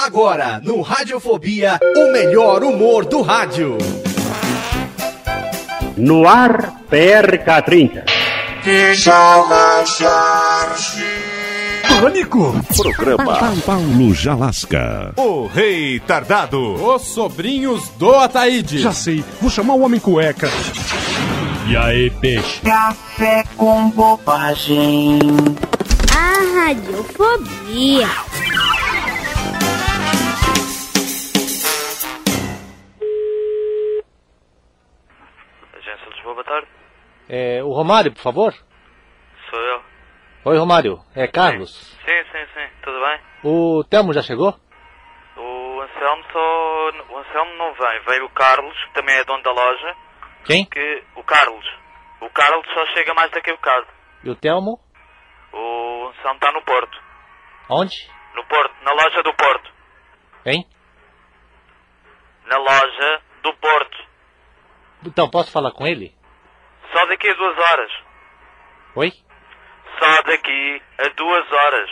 Agora, no Radiofobia, o melhor humor do rádio. No ar, PRK30. Pânico! Programa Paulo Jalasca. O Rei Tardado. Os sobrinhos do Ataíde. Já sei, vou chamar o Homem Cueca. E aí, peixe? Café com bobagem. A radiofobia. Agência Lisboa, boa tarde. É, o Romário, por favor. Sou eu. Oi, Romário. É Carlos. Sim, sim, sim. Tudo bem? O Telmo já chegou? O Anselmo só. O Anselmo não vem. Veio o Carlos, que também é dono da loja. Quem? Que... O Carlos. O Carlos só chega mais daqui a bocado. E o Telmo? O Anselmo está no Porto. Onde? No Porto. Na loja do Porto. Hein? Na loja do Porto. Então, posso falar com ele? Só daqui a duas horas. Oi? Só daqui a duas horas.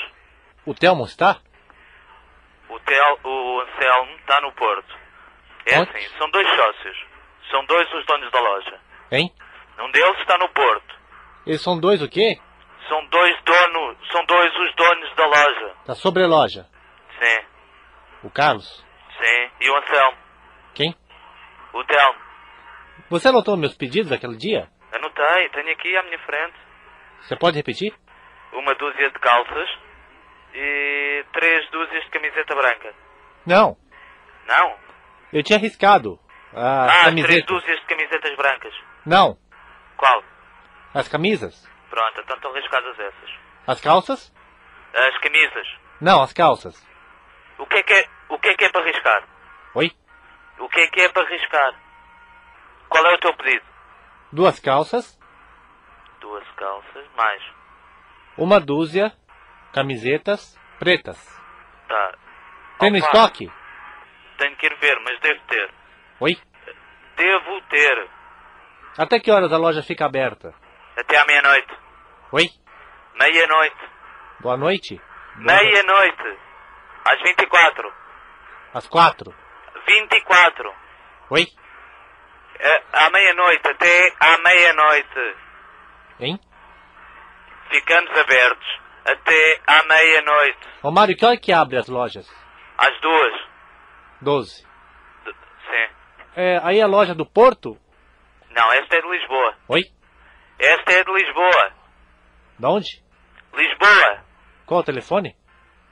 O Telmo está? O, Tel... o Anselmo está no Porto. É Onde? assim, são dois sócios. São dois os donos da loja. Hein? Um deles está no Porto. Eles são dois o quê? São dois donos. São dois os donos da loja. Da sobreloja. Sim, O Carlos? sim. E o Anselmo? Quem? O Telmo. Você anotou meus pedidos aquele dia? Anotei, tenho aqui à minha frente Você pode repetir? uma dúzia de calças e três dúzias de camiseta branca. Não. Não? Eu tinha arriscado. A Ah, três camiseta. dúzias de camisetas brancas. Não. Qual? As camisas? Pronto, então estão riscadas essas. As calças? As camisas. Não, as calças. O que é que é, o que é, que é para riscar? Oi? O que é que é para riscar? Qual é o teu pedido? Duas calças, Duas calças, mais. uma dúzia, camisetas pretas. Tá. Tem no Opa, estoque? Tenho que ir ver, mas devo ter. Oi? Devo ter. Até que horas a loja fica aberta? Até à meia-noite. Oi? Meia-noite. Boa noite? Meia-noite. Às 24. Às quatro? 24. Oi? É, à meia-noite, até à meia-noite. Hein? Ficamos abertos até à meia-noite. Ô Mário, que hora que abre as lojas? Às duas. Doze. D- Sim. É, aí a loja do Porto? Não, esta é de Lisboa. Oi? Esta é de Lisboa. Da onde? Lisboa. Qual o telefone?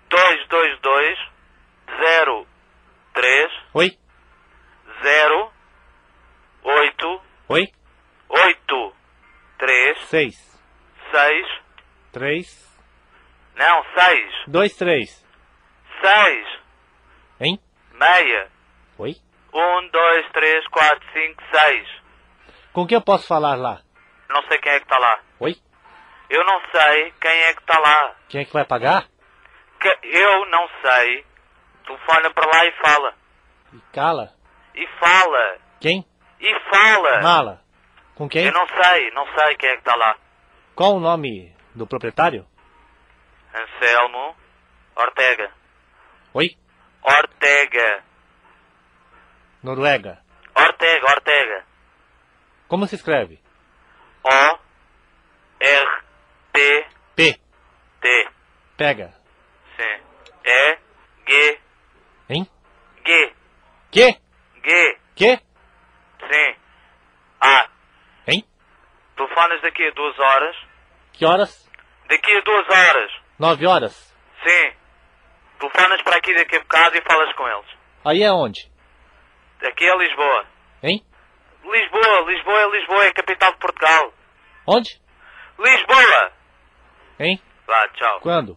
222 03 Oi? 08 Oi? 8 3 Seis. 6 Três. Não, 6 Dois, três. 6 Hein? meia Oi? 1, 2, 3, 4, 5, 6 Com quem eu posso falar lá? Não sei quem é que está lá. Oi? Eu não sei quem é que está lá. Quem é que vai pagar? Que- Eu não sei. Telefona para lá e fala. E cala. É. E fala. Quem? E fala. Mala. Com quem? Eu não sei, não sei quem é que está lá. Qual o nome do proprietário? Anselmo Ortega. Oi? Ortega. Noruega. Ortega, Ortega. Como se escreve? O R T P. T. Pega. Sim. E É, G Hein? G Que? G. Que? Sim. Ah, Hein? telefonas daqui a duas horas. Que horas? Daqui a duas horas. Nove horas. Sim. Telefonas para aqui daqui a bocado e falas com eles. Aí é onde? Aqui é Lisboa. Hein? Lisboa, Lisboa é Lisboa, é a capital de Portugal. Onde? Lisboa! Hein? Vá, tchau. Quando?